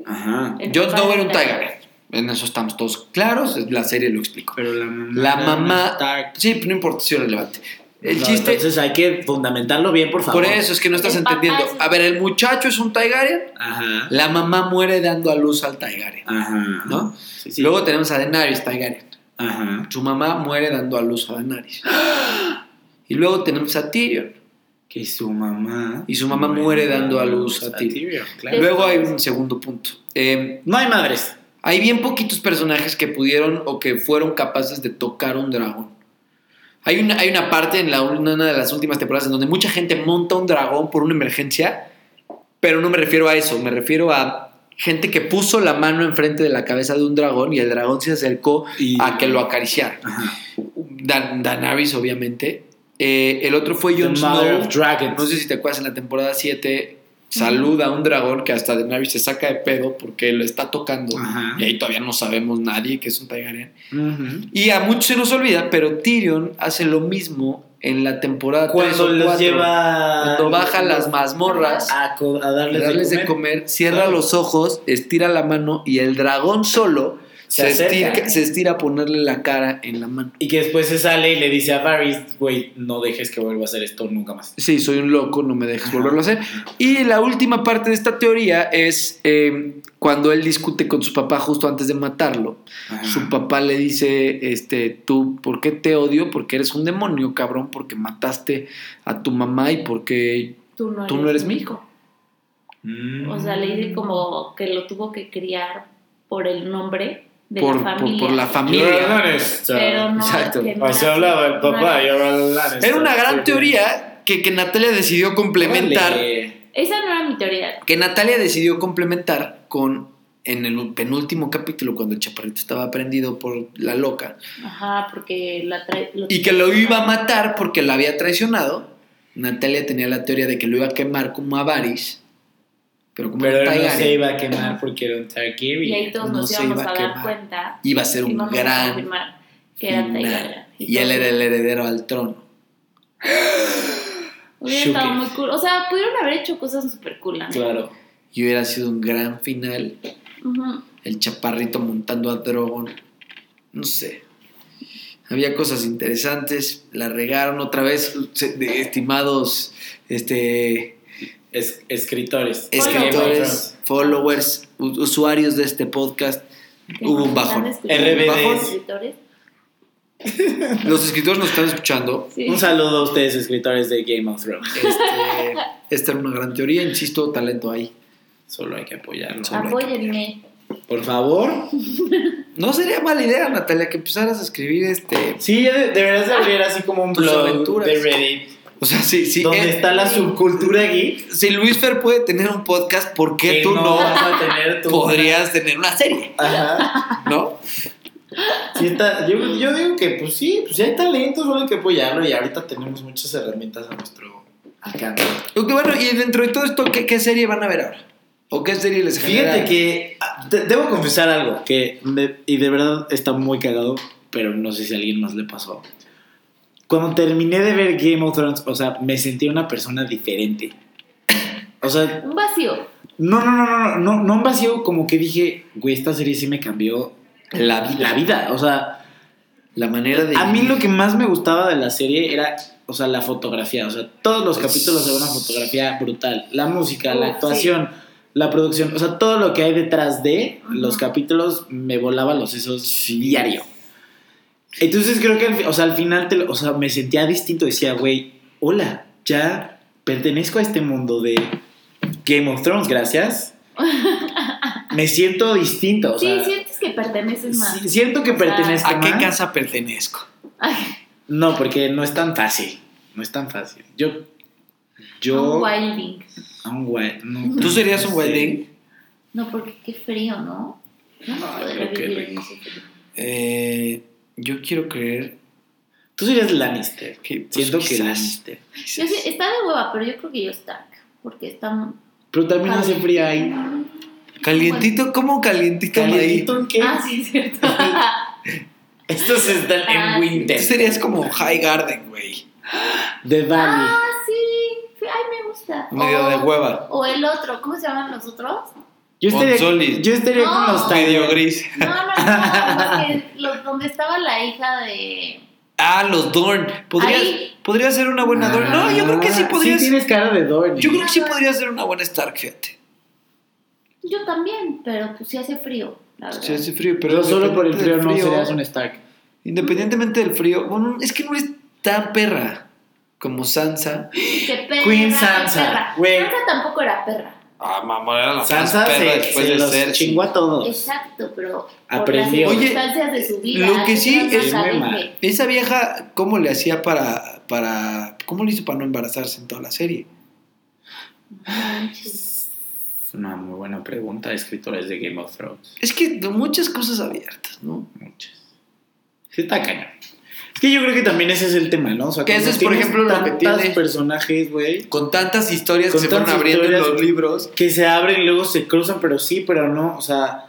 [SPEAKER 3] Ajá.
[SPEAKER 1] El
[SPEAKER 4] Jon
[SPEAKER 1] papá
[SPEAKER 4] Snow
[SPEAKER 1] de
[SPEAKER 4] era un
[SPEAKER 1] Targaryen.
[SPEAKER 4] Targaryen. En eso estamos todos claros. La serie lo explicó.
[SPEAKER 3] Pero la mamá...
[SPEAKER 4] La
[SPEAKER 3] era
[SPEAKER 4] mamá-
[SPEAKER 3] Stark.
[SPEAKER 4] Sí, pero no importa si es relevante. El
[SPEAKER 3] No,
[SPEAKER 4] chiste.
[SPEAKER 3] Entonces hay que fundamentarlo bien, por favor.
[SPEAKER 4] Por eso es que no estás
[SPEAKER 1] El papá
[SPEAKER 4] entendiendo.
[SPEAKER 1] es-
[SPEAKER 4] A ver, el muchacho es un Targaryen.
[SPEAKER 3] Ajá.
[SPEAKER 4] La mamá muere dando a luz al Targaryen,
[SPEAKER 3] Ajá.
[SPEAKER 4] ¿no?
[SPEAKER 3] Sí, sí.
[SPEAKER 4] Luego tenemos a Daenerys Targaryen.
[SPEAKER 3] Ajá.
[SPEAKER 4] Su mamá muere dando a luz a Daenerys. *gasps* Y luego tenemos a Tyrion.
[SPEAKER 3] Que su mamá...
[SPEAKER 4] Y su mamá muere dando a luz a ti.
[SPEAKER 3] Tyrion, claro.
[SPEAKER 4] Luego hay un segundo punto. Eh,
[SPEAKER 3] No hay madres.
[SPEAKER 4] hay bien poquitos personajes que pudieron o que fueron capaces de tocar un dragón. Hay una, hay una parte en la, una de las últimas temporadas en donde mucha gente monta un dragón por una emergencia, pero no me refiero a eso, me refiero a gente que puso la mano enfrente de la cabeza de un dragón y el dragón se acercó
[SPEAKER 3] Y-
[SPEAKER 4] a que lo acariciara.
[SPEAKER 3] Ajá.
[SPEAKER 4] Dan, Danaris, obviamente. Eh, el otro fue
[SPEAKER 3] The
[SPEAKER 4] Jon
[SPEAKER 3] Mother
[SPEAKER 4] Snow.
[SPEAKER 3] of Dragons.
[SPEAKER 4] No sé si te acuerdas, en la temporada 7 saluda a un dragón que hasta Daenerys se saca de pedo porque lo está tocando.
[SPEAKER 3] Ajá.
[SPEAKER 4] Y ahí todavía no sabemos nadie que es un Targaryen.
[SPEAKER 3] Ujú.
[SPEAKER 4] Y a muchos se nos olvida, pero Tyrion hace lo mismo en la temporada tres
[SPEAKER 3] Cuando
[SPEAKER 4] o
[SPEAKER 3] los
[SPEAKER 4] cuatro.
[SPEAKER 3] lleva...
[SPEAKER 4] Cuando baja las mazmorras,
[SPEAKER 3] A, co- a darles,
[SPEAKER 4] darles
[SPEAKER 3] de
[SPEAKER 4] de comer, cierra los ojos, estira la mano y el dragón solo
[SPEAKER 3] Se
[SPEAKER 4] se,
[SPEAKER 3] acerca.
[SPEAKER 4] estira, se estira a ponerle la cara en la mano.
[SPEAKER 3] Y que después se sale y le dice a Varys, güey, no dejes que vuelva a hacer esto nunca más.
[SPEAKER 4] Sí, soy un loco, no me dejes volverlo a hacer. Y la última parte de esta teoría es eh, cuando él discute con su papá justo antes de matarlo. Su papá le dice, este, tú, ¿por qué te odio? Porque eres un demonio, cabrón, porque mataste a tu mamá y porque...
[SPEAKER 1] Tú no eres,
[SPEAKER 4] Tú no eres mi hijo.
[SPEAKER 3] Mm.
[SPEAKER 1] O sea, le dice como que lo tuvo que criar por el nombre de
[SPEAKER 4] Por
[SPEAKER 1] la
[SPEAKER 4] por-
[SPEAKER 1] familia.
[SPEAKER 4] por la
[SPEAKER 3] You're a
[SPEAKER 4] familia.
[SPEAKER 3] Lannister.
[SPEAKER 1] Pero no,
[SPEAKER 4] Exacto. Pues
[SPEAKER 1] que no
[SPEAKER 3] Así
[SPEAKER 1] era-
[SPEAKER 3] hablaba el
[SPEAKER 1] no
[SPEAKER 3] papá,
[SPEAKER 1] era-
[SPEAKER 3] you're a Lannister.
[SPEAKER 4] Era una gran teoría que, que Natalia decidió complementar.
[SPEAKER 3] Órale.
[SPEAKER 1] Esa no era mi teoría.
[SPEAKER 4] que Natalia decidió complementar con en el penúltimo capítulo cuando el chaparrito estaba prendido por la loca
[SPEAKER 1] Ajá, porque la trae. lo-
[SPEAKER 4] y que lo iba a matar porque la había traicionado. Natalia tenía la teoría de que lo iba a quemar como a Varys, pero como
[SPEAKER 3] Pero
[SPEAKER 4] era
[SPEAKER 3] él no
[SPEAKER 4] Targaryen,
[SPEAKER 3] se iba a quemar porque era
[SPEAKER 1] Y
[SPEAKER 3] un
[SPEAKER 1] ahí
[SPEAKER 3] Targaryen.
[SPEAKER 1] todos
[SPEAKER 4] no
[SPEAKER 1] nos
[SPEAKER 4] se
[SPEAKER 1] íbamos
[SPEAKER 4] iba
[SPEAKER 1] a
[SPEAKER 4] a
[SPEAKER 1] dar
[SPEAKER 4] quemar.
[SPEAKER 1] cuenta.
[SPEAKER 4] iba a ser
[SPEAKER 1] y
[SPEAKER 4] un
[SPEAKER 1] vamos a
[SPEAKER 4] gran
[SPEAKER 1] confirmar que era
[SPEAKER 4] final.
[SPEAKER 1] Taylor.
[SPEAKER 4] Y él era el heredero al trono.
[SPEAKER 1] Hubiera
[SPEAKER 3] Shuki.
[SPEAKER 1] estado muy cool. O sea, pudieron haber hecho cosas súper cool. ¿no?
[SPEAKER 3] Claro.
[SPEAKER 4] Y hubiera sido un gran final.
[SPEAKER 1] Ujú.
[SPEAKER 4] El chaparrito montando a Drogon. No sé. Había cosas interesantes. La regaron otra vez. se- de- Estimados este,
[SPEAKER 3] Es- escritores.
[SPEAKER 4] escritores, followers, u- usuarios de este podcast.
[SPEAKER 1] Que
[SPEAKER 4] Hubo
[SPEAKER 1] nos
[SPEAKER 4] un
[SPEAKER 1] están
[SPEAKER 4] bajón.
[SPEAKER 1] escuchando
[SPEAKER 3] RBDs.
[SPEAKER 1] los escritores.
[SPEAKER 4] Los escritores nos están escuchando.
[SPEAKER 1] Sí.
[SPEAKER 3] Un saludo a ustedes, escritores de Game of Thrones.
[SPEAKER 4] Este, esta era una gran teoría. Insisto, talento ahí.
[SPEAKER 3] Solo hay que apoyarlo.
[SPEAKER 4] Solo.
[SPEAKER 1] Apóyenme.
[SPEAKER 3] Por favor.
[SPEAKER 4] No sería mala idea, Natalia, que empezaras a escribir este.
[SPEAKER 3] Sí, ya de- deberías de abrir así como un
[SPEAKER 4] Tus
[SPEAKER 3] blog
[SPEAKER 4] aventuras.
[SPEAKER 3] de Reddit.
[SPEAKER 4] O sea, si, si,
[SPEAKER 3] donde
[SPEAKER 4] eh,
[SPEAKER 3] está la subcultura geek.
[SPEAKER 4] si Luis Fer puede tener un podcast, ¿por qué
[SPEAKER 3] que
[SPEAKER 4] tú no,
[SPEAKER 3] vas a tener tu.
[SPEAKER 4] podrías tener una serie?
[SPEAKER 3] Ajá.
[SPEAKER 4] ¿No?
[SPEAKER 3] Sí está, yo, yo digo que, pues sí, pues sí hay talento, solo hay que apoyarlo. Y ahorita tenemos muchas herramientas a nuestro alcance.
[SPEAKER 4] Ok, Bueno, y dentro de todo esto, ¿qué, qué serie van a ver ahora? ¿O qué serie les genera?
[SPEAKER 3] Fíjate que ah, te- debo confesar algo que me- y de verdad está muy cagado, pero no sé si a alguien más le pasó. Cuando terminé de ver Game of Thrones, o sea, me sentí una persona diferente. O sea,
[SPEAKER 1] Un vacío.
[SPEAKER 3] no, no, no, no, no, no, no un vacío como que dije, güey, esta serie sí me cambió
[SPEAKER 4] La vida.
[SPEAKER 3] la vida. O sea,
[SPEAKER 4] La manera de.
[SPEAKER 3] a mí lo que más me gustaba de la serie era, o sea, la fotografía. O sea, todos los capítulos era una fotografía brutal. La música, la
[SPEAKER 1] Uf,
[SPEAKER 3] actuación, la producción, o sea, todo lo que hay detrás de los capítulos me volaba los sesos diario. Entonces creo que, al, fi- o sea, al final, te lo- o sea, me sentía distinto. Decía, güey, hola, ya pertenezco a este mundo de Game of
[SPEAKER 1] *laughs*
[SPEAKER 3] Thrones, gracias. Me siento distinto, o sea.
[SPEAKER 1] sí, sientes que perteneces más.
[SPEAKER 3] Sí, siento que
[SPEAKER 1] O sea,
[SPEAKER 3] pertenezco
[SPEAKER 4] ¿A qué
[SPEAKER 3] más.
[SPEAKER 4] casa pertenezco?
[SPEAKER 3] No, porque no es tan fácil. No es tan fácil. Yo. Yo.
[SPEAKER 1] Un wilding.
[SPEAKER 3] a un guay- *laughs* no,
[SPEAKER 4] ¿Tú serías
[SPEAKER 3] no
[SPEAKER 4] un
[SPEAKER 3] sé.
[SPEAKER 4] wedding?
[SPEAKER 1] No, porque qué frío, ¿no? No me podría
[SPEAKER 4] pero qué
[SPEAKER 1] vivir en
[SPEAKER 4] rico.
[SPEAKER 1] ese frío.
[SPEAKER 4] Eh, yo quiero creer
[SPEAKER 3] Tú serías Lannister.
[SPEAKER 4] que. pues,
[SPEAKER 3] Siento que
[SPEAKER 4] quizás,
[SPEAKER 3] Lannister.
[SPEAKER 1] Yo
[SPEAKER 4] quizás.
[SPEAKER 1] sí- está de hueva, pero yo creo que yo Stark. Porque está.
[SPEAKER 3] Pero también hace frío ahí.
[SPEAKER 4] Calientito, ¿cómo calientito,
[SPEAKER 3] ¿Calientito en qué?
[SPEAKER 1] Ah, sí,
[SPEAKER 3] *laughs*
[SPEAKER 1] cierto.
[SPEAKER 3] Estos están
[SPEAKER 1] Ah.
[SPEAKER 3] en winter.
[SPEAKER 4] Tú serías como High Garden, güey.
[SPEAKER 3] De Valley.
[SPEAKER 1] ah, sí. Ay, me gusta.
[SPEAKER 4] Medio
[SPEAKER 1] O-
[SPEAKER 3] Oh.
[SPEAKER 4] de hueva.
[SPEAKER 1] O el otro, ¿cómo se llaman los otros?
[SPEAKER 3] Yo estaría,
[SPEAKER 4] Bonzolis.
[SPEAKER 3] yo estaría con los
[SPEAKER 1] No.
[SPEAKER 4] Medio
[SPEAKER 3] Targaryen.
[SPEAKER 4] gris.
[SPEAKER 1] No, no, no, los que- los- donde estaba la hija de...
[SPEAKER 4] Ah, los Dorn. Podría,
[SPEAKER 1] Ahí.
[SPEAKER 4] podría ser una buena Dorn. No, yo creo que sí
[SPEAKER 3] Ah,
[SPEAKER 4] podría
[SPEAKER 3] Sí,
[SPEAKER 4] ser.
[SPEAKER 3] tienes cara de Dorne.
[SPEAKER 4] Yo creo que sí podría ser una buena Stark, fíjate.
[SPEAKER 1] Yo también, pero pues sí hace frío, la verdad.
[SPEAKER 4] Sí, hace frío, pero.
[SPEAKER 3] Pero solo por el frío, no
[SPEAKER 4] independientemente del
[SPEAKER 3] serías
[SPEAKER 4] frío-
[SPEAKER 3] un Stark.
[SPEAKER 4] Independientemente del frío. Bueno, es que no eres tan perra como Sansa.
[SPEAKER 1] Qué perra,
[SPEAKER 3] Queen
[SPEAKER 1] qué
[SPEAKER 3] Sansa,
[SPEAKER 1] perra.
[SPEAKER 3] güey.
[SPEAKER 1] Sansa tampoco era perra.
[SPEAKER 4] Ah, mamá, era la
[SPEAKER 3] Sansa
[SPEAKER 4] más perra
[SPEAKER 3] se,
[SPEAKER 4] después
[SPEAKER 3] se
[SPEAKER 4] de
[SPEAKER 3] los
[SPEAKER 4] ser.
[SPEAKER 3] chingó a todos.
[SPEAKER 1] Exacto, pero
[SPEAKER 3] Aprendió.
[SPEAKER 1] por
[SPEAKER 4] Oye,
[SPEAKER 1] las circunstancias de su vida.
[SPEAKER 4] lo que sí
[SPEAKER 1] Sansa
[SPEAKER 4] es-
[SPEAKER 1] sabe
[SPEAKER 3] Mema.
[SPEAKER 1] que-
[SPEAKER 4] Esa vieja, ¿cómo le hacía para, para. ¿Cómo lo hizo para no embarazarse en toda la serie?
[SPEAKER 1] Manches.
[SPEAKER 3] Es una muy buena pregunta, escritores de Game of Thrones.
[SPEAKER 4] Es que de muchas cosas abiertas, ¿no?
[SPEAKER 3] Muchas. Sí, está cañón. Es que yo creo que también ese es el tema, ¿no? O sea,
[SPEAKER 4] Que ese
[SPEAKER 3] cuando
[SPEAKER 4] es, por
[SPEAKER 3] tienes
[SPEAKER 4] ejemplo, lo que
[SPEAKER 3] tantas
[SPEAKER 4] tiene-
[SPEAKER 3] personajes, güey,
[SPEAKER 4] Con tantas historias
[SPEAKER 3] Con
[SPEAKER 4] que se fueron
[SPEAKER 3] tantas
[SPEAKER 4] abriendo en
[SPEAKER 3] historias.
[SPEAKER 4] los libros.
[SPEAKER 3] que se abren y luego se cruzan, pero sí, pero no, o sea,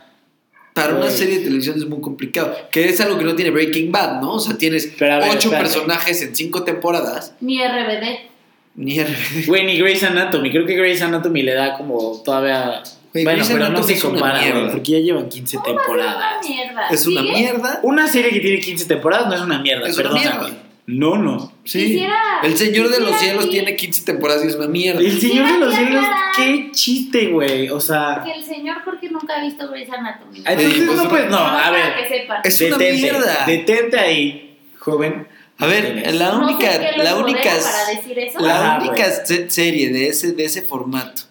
[SPEAKER 4] Para una
[SPEAKER 3] Güey.
[SPEAKER 4] serie de televisión es muy complicado. Que es algo que no tiene Breaking Bad, ¿no? O sea, tienes
[SPEAKER 3] Pero a ver,
[SPEAKER 4] ocho
[SPEAKER 3] espérate.
[SPEAKER 4] personajes en cinco temporadas.
[SPEAKER 1] Ni RBD.
[SPEAKER 4] Ni RBD.
[SPEAKER 3] güey, ni Grey's Anatomy, creo que Grey's Anatomy le da como todavía...
[SPEAKER 4] Güey,
[SPEAKER 3] bueno,
[SPEAKER 4] Grey's
[SPEAKER 3] pero no
[SPEAKER 4] Anatomy
[SPEAKER 3] se
[SPEAKER 4] es una
[SPEAKER 3] compara, güey,
[SPEAKER 4] mierda.
[SPEAKER 3] porque ya llevan 15
[SPEAKER 1] Una
[SPEAKER 3] temporadas.
[SPEAKER 1] mierda.
[SPEAKER 4] Es una
[SPEAKER 1] ¿Sigue?
[SPEAKER 4] mierda.
[SPEAKER 3] Una serie que tiene 15 temporadas no es una mierda,
[SPEAKER 4] Es una
[SPEAKER 3] perdona,
[SPEAKER 4] mierda.
[SPEAKER 3] güey. No, no.
[SPEAKER 4] Sí.
[SPEAKER 1] Quisiera-
[SPEAKER 4] El Señor de los
[SPEAKER 1] quisiera
[SPEAKER 4] Cielos
[SPEAKER 1] ir-
[SPEAKER 4] tiene 15 temporadas y es una mierda.
[SPEAKER 3] El Señor de los
[SPEAKER 1] Mira,
[SPEAKER 3] Cielos,
[SPEAKER 1] Clara.
[SPEAKER 3] qué chiste, güey, o sea...
[SPEAKER 1] Que el señor, porque nunca ha visto Grey's Anatomy.
[SPEAKER 3] Ah, Entonces,
[SPEAKER 4] Sí, pues,
[SPEAKER 3] no, pues, no, a
[SPEAKER 1] para
[SPEAKER 3] ver.
[SPEAKER 1] que sepan.
[SPEAKER 4] Es una mierda.
[SPEAKER 3] Detente ahí, joven.
[SPEAKER 4] A ver,
[SPEAKER 3] Detente.
[SPEAKER 4] la
[SPEAKER 1] No sé
[SPEAKER 4] única,
[SPEAKER 1] qué los
[SPEAKER 4] la
[SPEAKER 1] modela
[SPEAKER 4] única,
[SPEAKER 1] para decir eso.
[SPEAKER 4] la
[SPEAKER 3] Ajá,
[SPEAKER 4] única
[SPEAKER 3] güey.
[SPEAKER 4] se- serie de ese, de ese formato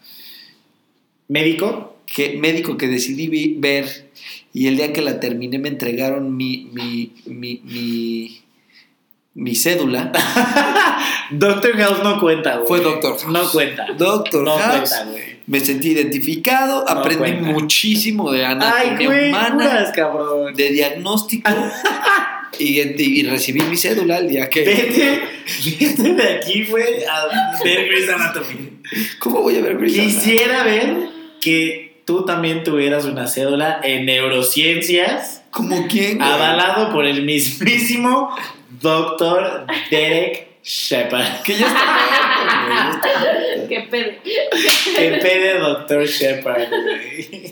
[SPEAKER 3] médico.
[SPEAKER 4] que, médico que decidí vi- ver y el día que la terminé me entregaron mi, mi, mi, mi, mi
[SPEAKER 3] *laughs*
[SPEAKER 4] cédula
[SPEAKER 3] Doctor House no cuenta, güey.
[SPEAKER 4] fue Doctor House.
[SPEAKER 3] No cuenta.
[SPEAKER 4] Doctor
[SPEAKER 3] no
[SPEAKER 4] House.
[SPEAKER 3] cuenta, güey.
[SPEAKER 4] Me sentí identificado, aprendí
[SPEAKER 3] cuenta.
[SPEAKER 4] muchísimo de
[SPEAKER 3] Ay,
[SPEAKER 4] anatomía
[SPEAKER 3] güey,
[SPEAKER 4] humana,
[SPEAKER 3] curas, cabrón.
[SPEAKER 4] de
[SPEAKER 3] *laughs*
[SPEAKER 4] diagnóstico y, este, y recibí mi cédula el día que...
[SPEAKER 3] Vete, vete de aquí, güey, a ver Grey's Anatomy.
[SPEAKER 4] ¿Cómo voy a ver Grey's Anatomy?
[SPEAKER 3] Quisiera ver que tú también tuvieras una cédula en neurociencias,
[SPEAKER 4] ¿Cómo quién? güey?
[SPEAKER 3] avalado por el mismísimo Doctor Derek Shepard.
[SPEAKER 4] Que ya
[SPEAKER 3] *laughs*
[SPEAKER 4] está
[SPEAKER 1] *laughs*
[SPEAKER 4] muerto, güey.
[SPEAKER 1] Qué pedo.
[SPEAKER 3] Que pede Doctor Shepard, güey.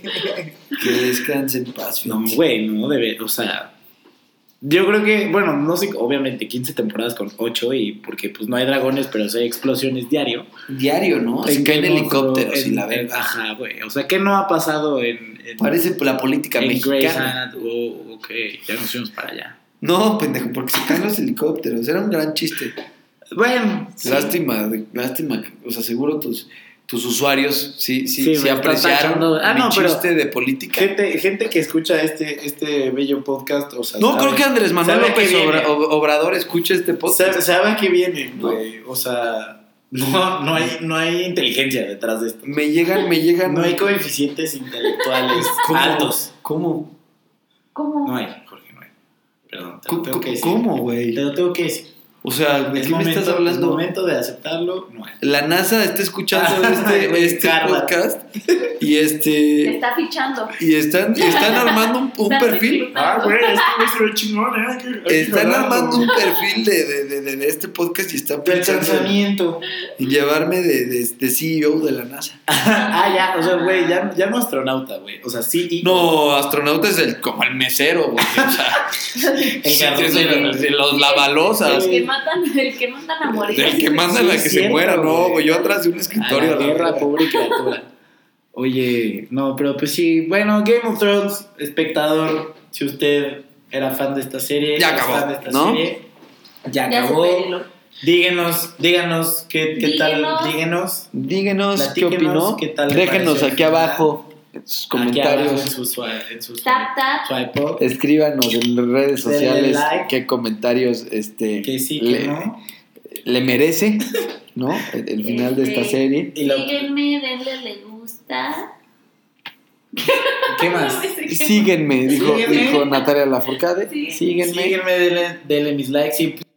[SPEAKER 4] Que descanse en paz,
[SPEAKER 3] No,
[SPEAKER 4] fíjate.
[SPEAKER 3] güey, no debe, o sea, yo creo que, bueno, no sé, obviamente 15 temporadas con 8 y porque pues no hay dragones, pero sí hay explosiones diario.
[SPEAKER 4] Diario, ¿no? Se
[SPEAKER 3] En
[SPEAKER 4] caen
[SPEAKER 3] Game of
[SPEAKER 4] helicópteros
[SPEAKER 3] Thrones,
[SPEAKER 4] y la
[SPEAKER 3] en-
[SPEAKER 4] verga.
[SPEAKER 3] Ajá, güey, o sea, ¿qué no ha pasado en, en,
[SPEAKER 4] Parece la política
[SPEAKER 3] en Grey's
[SPEAKER 4] mexicana.
[SPEAKER 3] Anat- Oh, ok, ya nos fuimos para allá.
[SPEAKER 4] No, pendejo, porque se caen los helicópteros. Era un gran chiste.
[SPEAKER 3] Bueno, sí.
[SPEAKER 4] Lástima, de- lástima. que- O sea, seguro tus, tus usuarios sí, sí,
[SPEAKER 3] Sí,
[SPEAKER 4] sí
[SPEAKER 3] me está
[SPEAKER 4] apreciaron
[SPEAKER 3] atacando. Ah,
[SPEAKER 4] mi
[SPEAKER 3] no, pero-
[SPEAKER 4] chiste de política.
[SPEAKER 3] Gente, gente que escucha este, este bello podcast, o sea,
[SPEAKER 4] No,
[SPEAKER 3] sabe-
[SPEAKER 4] creo que Andrés Manuel
[SPEAKER 3] sabe
[SPEAKER 4] López
[SPEAKER 3] que viene.
[SPEAKER 4] Obra- Ob- Obrador escucha este podcast.
[SPEAKER 3] Sa- sabe que viene, güey. O sea, no, no, hay, no hay inteligencia detrás de esto.
[SPEAKER 4] Me llegan, me llegan.
[SPEAKER 3] No hay coeficientes intelectuales
[SPEAKER 4] *laughs* ¿Cómo?
[SPEAKER 3] altos.
[SPEAKER 4] ¿Cómo?
[SPEAKER 1] ¿Cómo?
[SPEAKER 3] No hay, Jorge, no hay. Perdón, te lo
[SPEAKER 4] ¿Cómo,
[SPEAKER 3] tengo que decir.
[SPEAKER 4] ¿Cómo, güey?
[SPEAKER 3] Te lo tengo que decir.
[SPEAKER 4] O sea, ¿de
[SPEAKER 3] Es
[SPEAKER 4] qué me
[SPEAKER 3] momento-
[SPEAKER 4] estás
[SPEAKER 3] Es
[SPEAKER 4] hablando?
[SPEAKER 3] momento de aceptarlo, no hay.
[SPEAKER 4] La NASA está
[SPEAKER 3] *laughs*
[SPEAKER 4] escuchando
[SPEAKER 3] Ah,
[SPEAKER 4] este,
[SPEAKER 3] güey,
[SPEAKER 4] este
[SPEAKER 3] Carla.
[SPEAKER 4] podcast y
[SPEAKER 1] Te
[SPEAKER 4] este
[SPEAKER 1] está fichando.
[SPEAKER 4] y están, y están armando un, un
[SPEAKER 1] Está
[SPEAKER 4] perfil. Ah,
[SPEAKER 1] reclutando.
[SPEAKER 3] este güey se ve chingón, ¿eh?
[SPEAKER 4] Están armando un perfil de, de- de- de- de este podcast y están
[SPEAKER 3] Del
[SPEAKER 4] pensando en
[SPEAKER 3] cansamiento.
[SPEAKER 4] en llevarme de, de- de CEO de la NASA.
[SPEAKER 3] Ah, ya, o sea, güey, ya, ya no astronauta, güey. O sea, sí. y-
[SPEAKER 4] No, astronauta es el, como el mesero, güey. O sea,
[SPEAKER 3] *laughs* El
[SPEAKER 4] sí, es
[SPEAKER 3] garrotero.
[SPEAKER 4] el- de los lavalosas.
[SPEAKER 3] Sí.
[SPEAKER 1] El que matan, el que mandan a morir.
[SPEAKER 4] El que manda
[SPEAKER 3] Sí,
[SPEAKER 4] a la
[SPEAKER 3] es
[SPEAKER 4] que se
[SPEAKER 3] cierto,
[SPEAKER 4] muera, no,
[SPEAKER 3] güey.
[SPEAKER 4] güey. Yo atrás de un
[SPEAKER 3] A la
[SPEAKER 4] escritorio. a la
[SPEAKER 3] guerra,
[SPEAKER 4] verga.
[SPEAKER 3] pobre criatura. Oye, no, pero pues sí, bueno, Game of Thrones, espectador, si usted era fan de esta serie,
[SPEAKER 4] Ya
[SPEAKER 3] es
[SPEAKER 4] acabó,
[SPEAKER 3] fan de esta
[SPEAKER 4] ¿no?
[SPEAKER 3] serie, ya
[SPEAKER 1] Ya
[SPEAKER 3] acabó.
[SPEAKER 1] supérenlo.
[SPEAKER 3] díganos, díganos qué, qué
[SPEAKER 1] Díganos.
[SPEAKER 3] tal, díganos
[SPEAKER 2] Díganos qué
[SPEAKER 3] Platíquenos
[SPEAKER 2] opinó.
[SPEAKER 3] qué tal le
[SPEAKER 2] Déjenos
[SPEAKER 3] pareció el
[SPEAKER 2] aquí
[SPEAKER 3] final.
[SPEAKER 2] abajo en sus
[SPEAKER 3] aquí abajo
[SPEAKER 2] comentarios.
[SPEAKER 3] en sus en sus
[SPEAKER 1] Tap, tap.
[SPEAKER 3] swipe up,
[SPEAKER 2] Escríbanos en las redes
[SPEAKER 3] Denle
[SPEAKER 2] sociales
[SPEAKER 3] like.
[SPEAKER 2] qué comentarios este
[SPEAKER 3] que sí, que
[SPEAKER 2] le,
[SPEAKER 3] no.
[SPEAKER 2] le merece, ¿no? El, el final de esta
[SPEAKER 1] Este,
[SPEAKER 2] serie.
[SPEAKER 3] Y lo-
[SPEAKER 1] Síguenme, denle le gusta.
[SPEAKER 3] ¿Qué más?
[SPEAKER 2] Síguenme, dijo,
[SPEAKER 3] Sígueme.
[SPEAKER 2] dijo Natalia Lafourcade.
[SPEAKER 1] Sí.
[SPEAKER 2] Síguenme.
[SPEAKER 3] Síguenme, denle, denle mis likes y